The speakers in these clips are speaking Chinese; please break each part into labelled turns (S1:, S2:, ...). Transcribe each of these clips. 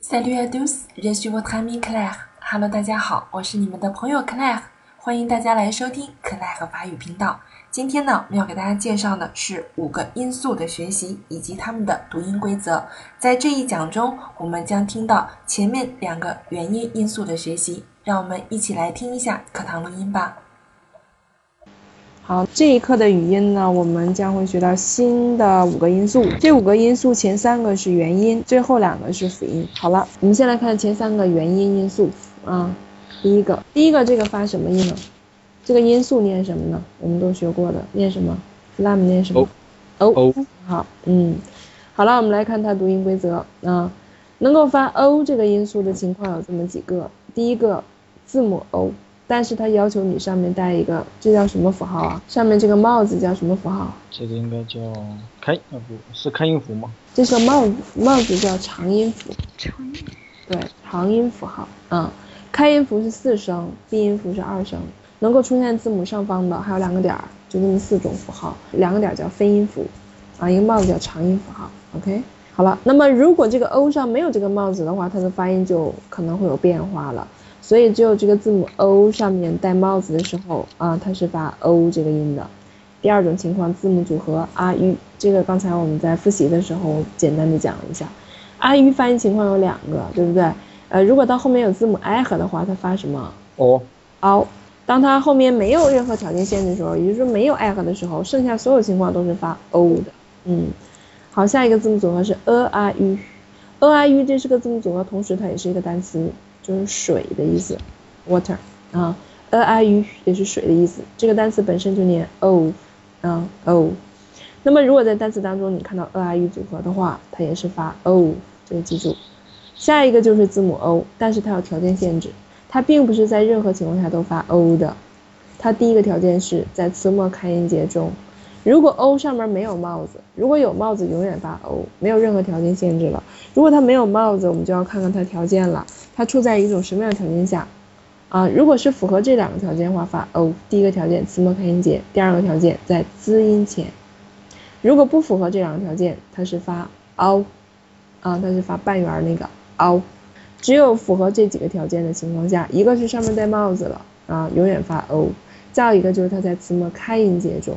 S1: Salut à tous，je suis votre ami Claire。Hello，大家好，我是你们的朋友 Claire，欢迎大家来收听 Claire 法语频道。今天呢，我们要给大家介绍的是五个音素的学习以及它们的读音规则。在这一讲中，我们将听到前面两个元音音素的学习，让我们一起来听一下课堂录音吧。
S2: 好，这一课的语音呢，我们将会学到新的五个音素。这五个音素前三个是元音，最后两个是辅音。好了，我们先来看前三个元音音素啊。第一个，第一个这个发什么音呢？这个音素念什么呢？我们都学过的，念什么？lam 念什么？哦
S3: 哦
S2: 好，嗯，好了，我们来看它读音规则啊。能够发 o 这个音素的情况有这么几个，第一个字母 o，但是它要求你上面带一个，这叫什么符号啊？上面这个帽子叫什么符号？
S3: 这个应该叫开啊，不是开音符吗？
S2: 这是个帽子，帽子叫长音符，对，长音符号。嗯，开音符是四声，闭音符是二声。能够出现字母上方的还有两个点儿，就这么四种符号，两个点儿叫分音符，啊，一个帽子叫长音符号。OK，好了，那么如果这个 O 上没有这个帽子的话，它的发音就可能会有变化了。所以只有这个字母 O 上面戴帽子的时候啊，它是发 O 这个音的。第二种情况，字母组合 r u，这个刚才我们在复习的时候简单的讲了一下。r u 发音情况有两个，对不对？呃，如果到后面有字母 i 和的话，它发什么
S3: 哦，
S2: 凹？当它后面没有任何条件限制的时候，也就是说没有 i 和的时候，剩下所有情况都是发 o 的。嗯，好，下一个字母组合是 e r u。e r u 这是个字母组合，同时它也是一个单词，就是水的意思，water 啊。e r u 也是水的意思，这个单词本身就念 o 啊 o。那么如果在单词当中你看到 e r u 组合的话，它也是发 o，这个记住。下一个就是字母 o，但是它有条件限制，它并不是在任何情况下都发 o 的。它第一个条件是在词末开音节中，如果 o 上面没有帽子，如果有帽子永远发 o，没有任何条件限制了。如果它没有帽子，我们就要看看它条件了，它处在一种什么样的条件下。啊，如果是符合这两个条件的话，发 o。第一个条件词末开音节，第二个条件在滋音前。如果不符合这两个条件，它是发 o，啊，它是发半圆儿那个 o。只有符合这几个条件的情况下，一个是上面戴帽子了啊，永远发 o；再有一个就是它在词末开音节中。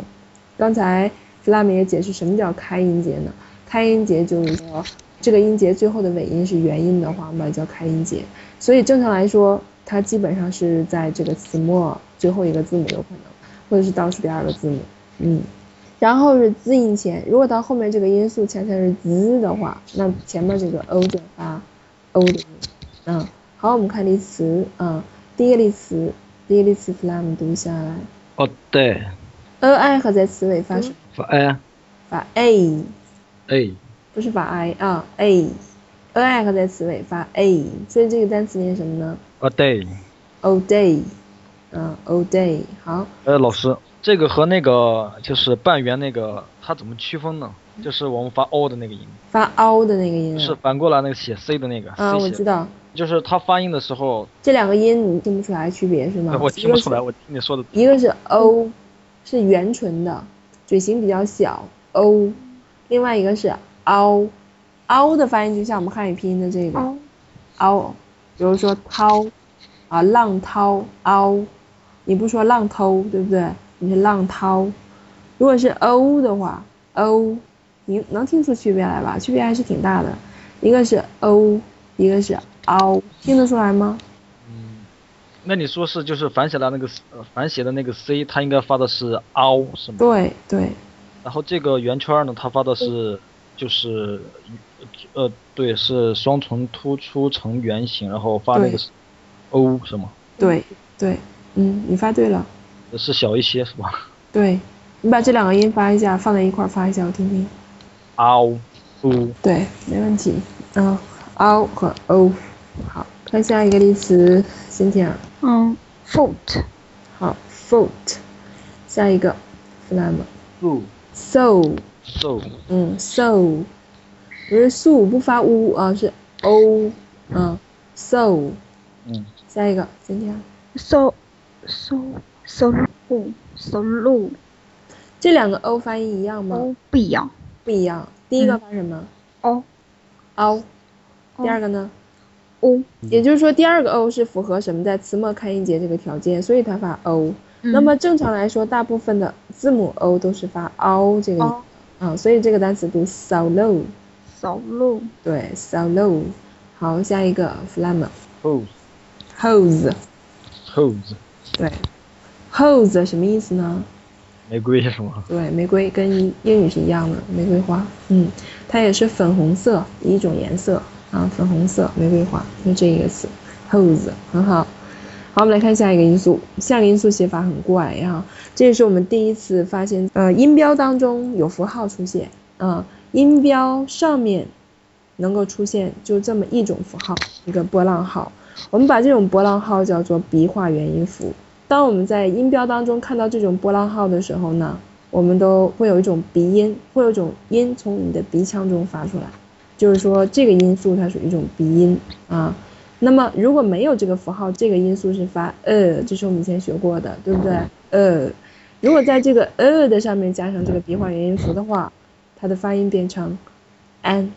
S2: 刚才弗拉米也解释什么叫开音节呢？开音节就是说这个音节最后的尾音是元音的话，我们把它叫开音节。所以正常来说，它基本上是在这个词末最后一个字母有可能，或者是倒数第二个字母，嗯。然后是滋音前，如果到后面这个音素恰恰是滋的话，那前面这个 o 就发 o 的音。嗯，好，我们看例词啊、第一个例词，第一个例词 flam 读下来
S3: 哦对，
S2: ，a i 和在词尾发什么？
S3: 发哎 a
S2: 发 a，
S3: a
S2: 不是发 i 啊，a。a i 和在词尾发 a，所以这个单词念什么呢
S3: a day。
S2: ？all day，嗯、o l l day，好，
S3: 呃，老师，这个和那个就是半圆那个，它怎么区分呢？就是我们发 o 的那个音，
S2: 发 o 的那个音
S3: 是
S2: 啊，
S3: 反过来那个写 c 的那个。
S2: 啊，
S3: C
S2: 我
S3: 写
S2: 知，道，
S3: 就是它发音的时候，哎
S2: 这两个音你听不出来区别是吗？
S3: 呃我听不出
S2: 一个是
S3: 来，我听你说的。
S2: 一个是 o，是圆唇的，嘴型比较小 o，另外一个是凹，凹的发音就像我们汉语拼音的这个凹，比如说涛啊浪涛凹，你不说浪偷对不对？你是浪涛。如果是 o 的话，o，你能听出区别来吧？区别还是挺大的，一个是 o，一个是凹，听得出来吗？
S3: 嗯，那你说是就是反写来那个呃反写的那个 c，它应该发的是 o 是吗？
S2: 对对，
S3: 然后这个圆圈儿呢，它发的是就是呃对，是双唇突出成圆形，然后发那
S2: 对
S3: 个是 o 是吗？
S2: 对对，嗯，你发对了，
S3: 是小一些是吧
S2: 对，你把这两个音发一下，放在一块儿发一下，我听听。
S3: ？o o
S2: 对，没问题。嗯，ao 和 o，好，看下一个例词，先听啊。
S4: 嗯，foot
S2: 好，foot，下一个 flam
S3: o
S2: so，
S3: so
S2: 嗯，so，不是 so 不发 u 啊，是 o，嗯，so，
S3: 嗯
S2: 下一个先听啊。
S4: so so so 路 so 路
S2: 这两个 o 发音一样吗？
S4: 哦不一样
S2: 不一样。第一个
S4: 嗯
S2: 发什么
S4: 哦
S2: ao，第
S4: 哦
S2: 二个呢
S4: u
S2: 也就是说，第二个 o 是符合什么在词末开音节这个条件，所以它发 o。
S4: 嗯
S2: 那么正常来说，大部分的字母 o 都是发 o 这个音
S4: o
S2: 啊，所以这个单词读 solo，
S4: solo
S2: 对 solo。好，下一个 flame，hose，
S3: hose hose
S2: 对，hose 什么意思呢？
S3: 玫瑰是吗？
S2: 对，玫瑰跟英英语是一样的，玫瑰花，嗯，它也是粉红色一种颜色啊，粉红色玫瑰花，就这一个词，hose，很好。好，我们来看下一个因素，下一个因素写法很怪哈、这也是我们第一次发现，呃，音标当中有符号出现，啊、音标上面能够出现就这么一种符号，一个波浪号，我们把这种波浪号叫做鼻化元音符。当我们在音标当中看到这种波浪号的时候呢，我们都会有一种鼻音，会有一种音从你的鼻腔中发出来，就是说这个音素它属于一种鼻音啊。那么如果没有这个符号，这个音素是发呃，这是我们以前学过的，对不对？呃，如果在这个呃的上面加上这个鼻化元音符的话，它的发音变成安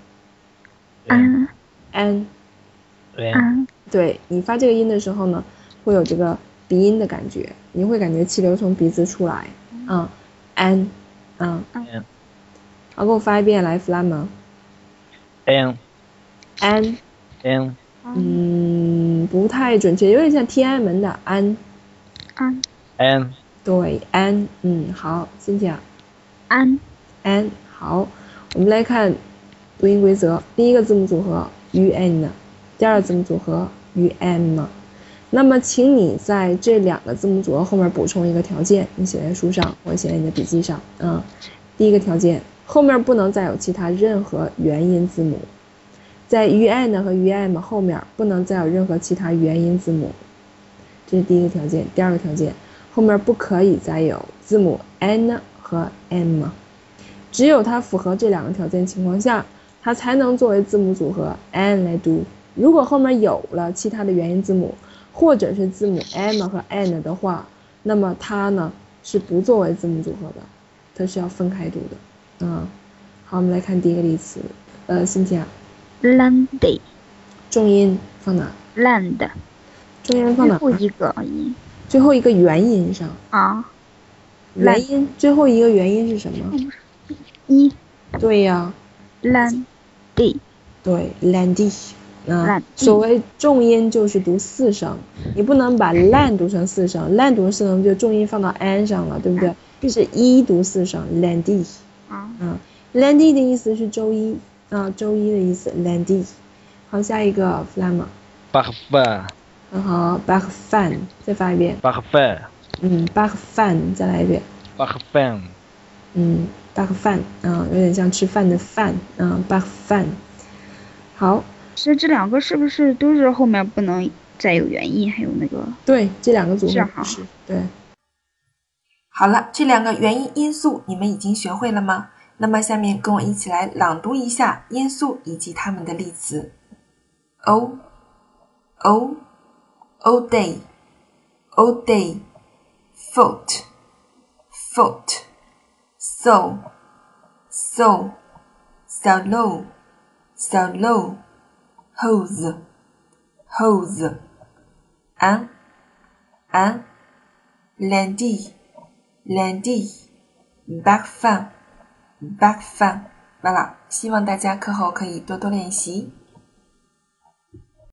S4: 安
S2: 安。
S3: 对，
S4: 安
S2: 对你发这个音的时候呢，会有这个鼻音的感觉，你会感觉气流从鼻子出来，啊、安，啊、
S3: 嗯
S2: 好，给我发一遍来 f l a m
S3: ，an
S2: 安，
S3: an
S4: 安
S2: 嗯，不太准确，有点像天安门的安，
S4: 安
S3: an
S2: 对，安，嗯，好，辛姐，
S4: 安
S2: 安，好，我们来看读音规则，第一个字母组合 u n，第二个字母组合 u m。那么，请你在这两个字母组合后面补充一个条件，你写在书上或者写在你的笔记上。嗯，第一个条件后面不能再有其他任何元音字母，在 u n 和 u m 后面不能再有任何其他元音字母，这是第一个条件。第二个条件后面不可以再有字母 n 和 m。只有它符合这两个条件情况下，它才能作为字母组合 and 来读。如果后面有了其他的元音字母，或者是字母 m 和 n 的话，那么它呢是不作为字母组合的，它是要分开读的。啊、好，我们来看第一个例词，呃，辛提亚，
S4: landy
S2: 重音放哪？
S4: land
S2: 重音放
S4: 最
S2: 哪？
S4: 后一个音
S2: 最后一个元音上，
S4: 啊来
S2: 元音最后一个元音是什么？
S4: 一
S2: 对呀、
S4: landy
S2: 对，landy，啊
S4: Land，
S2: 所谓重音就是读四声，你不能把 land 读成四声，land 读成四声就重音放到 an 上了，对不对？是一读四声，landy，
S4: 啊
S2: 啊，landy 的意思是周一，啊，周一的意思，landy。好，下一个 flama，
S3: ，buffet
S2: 然后 back fan，再发一遍，
S3: buffet
S2: 嗯，back fan，再来一遍，
S3: buffet
S2: 嗯，back fan，啊，有点像吃饭的饭，啊，back fan。好，
S4: 所以这两个是不是都是后面不能再有元音，还有那个
S2: 对，这两个组合
S4: 是哈
S2: 不是，对。
S1: 好了，这两个元音因素你们已经学会了吗？那么下面跟我一起来朗读一下音素以及它们的例词：o o o day o day foot foot so so solo solo hose hose an an lundi lundi back fan back fan，完了，希望大家课后可以多多练习。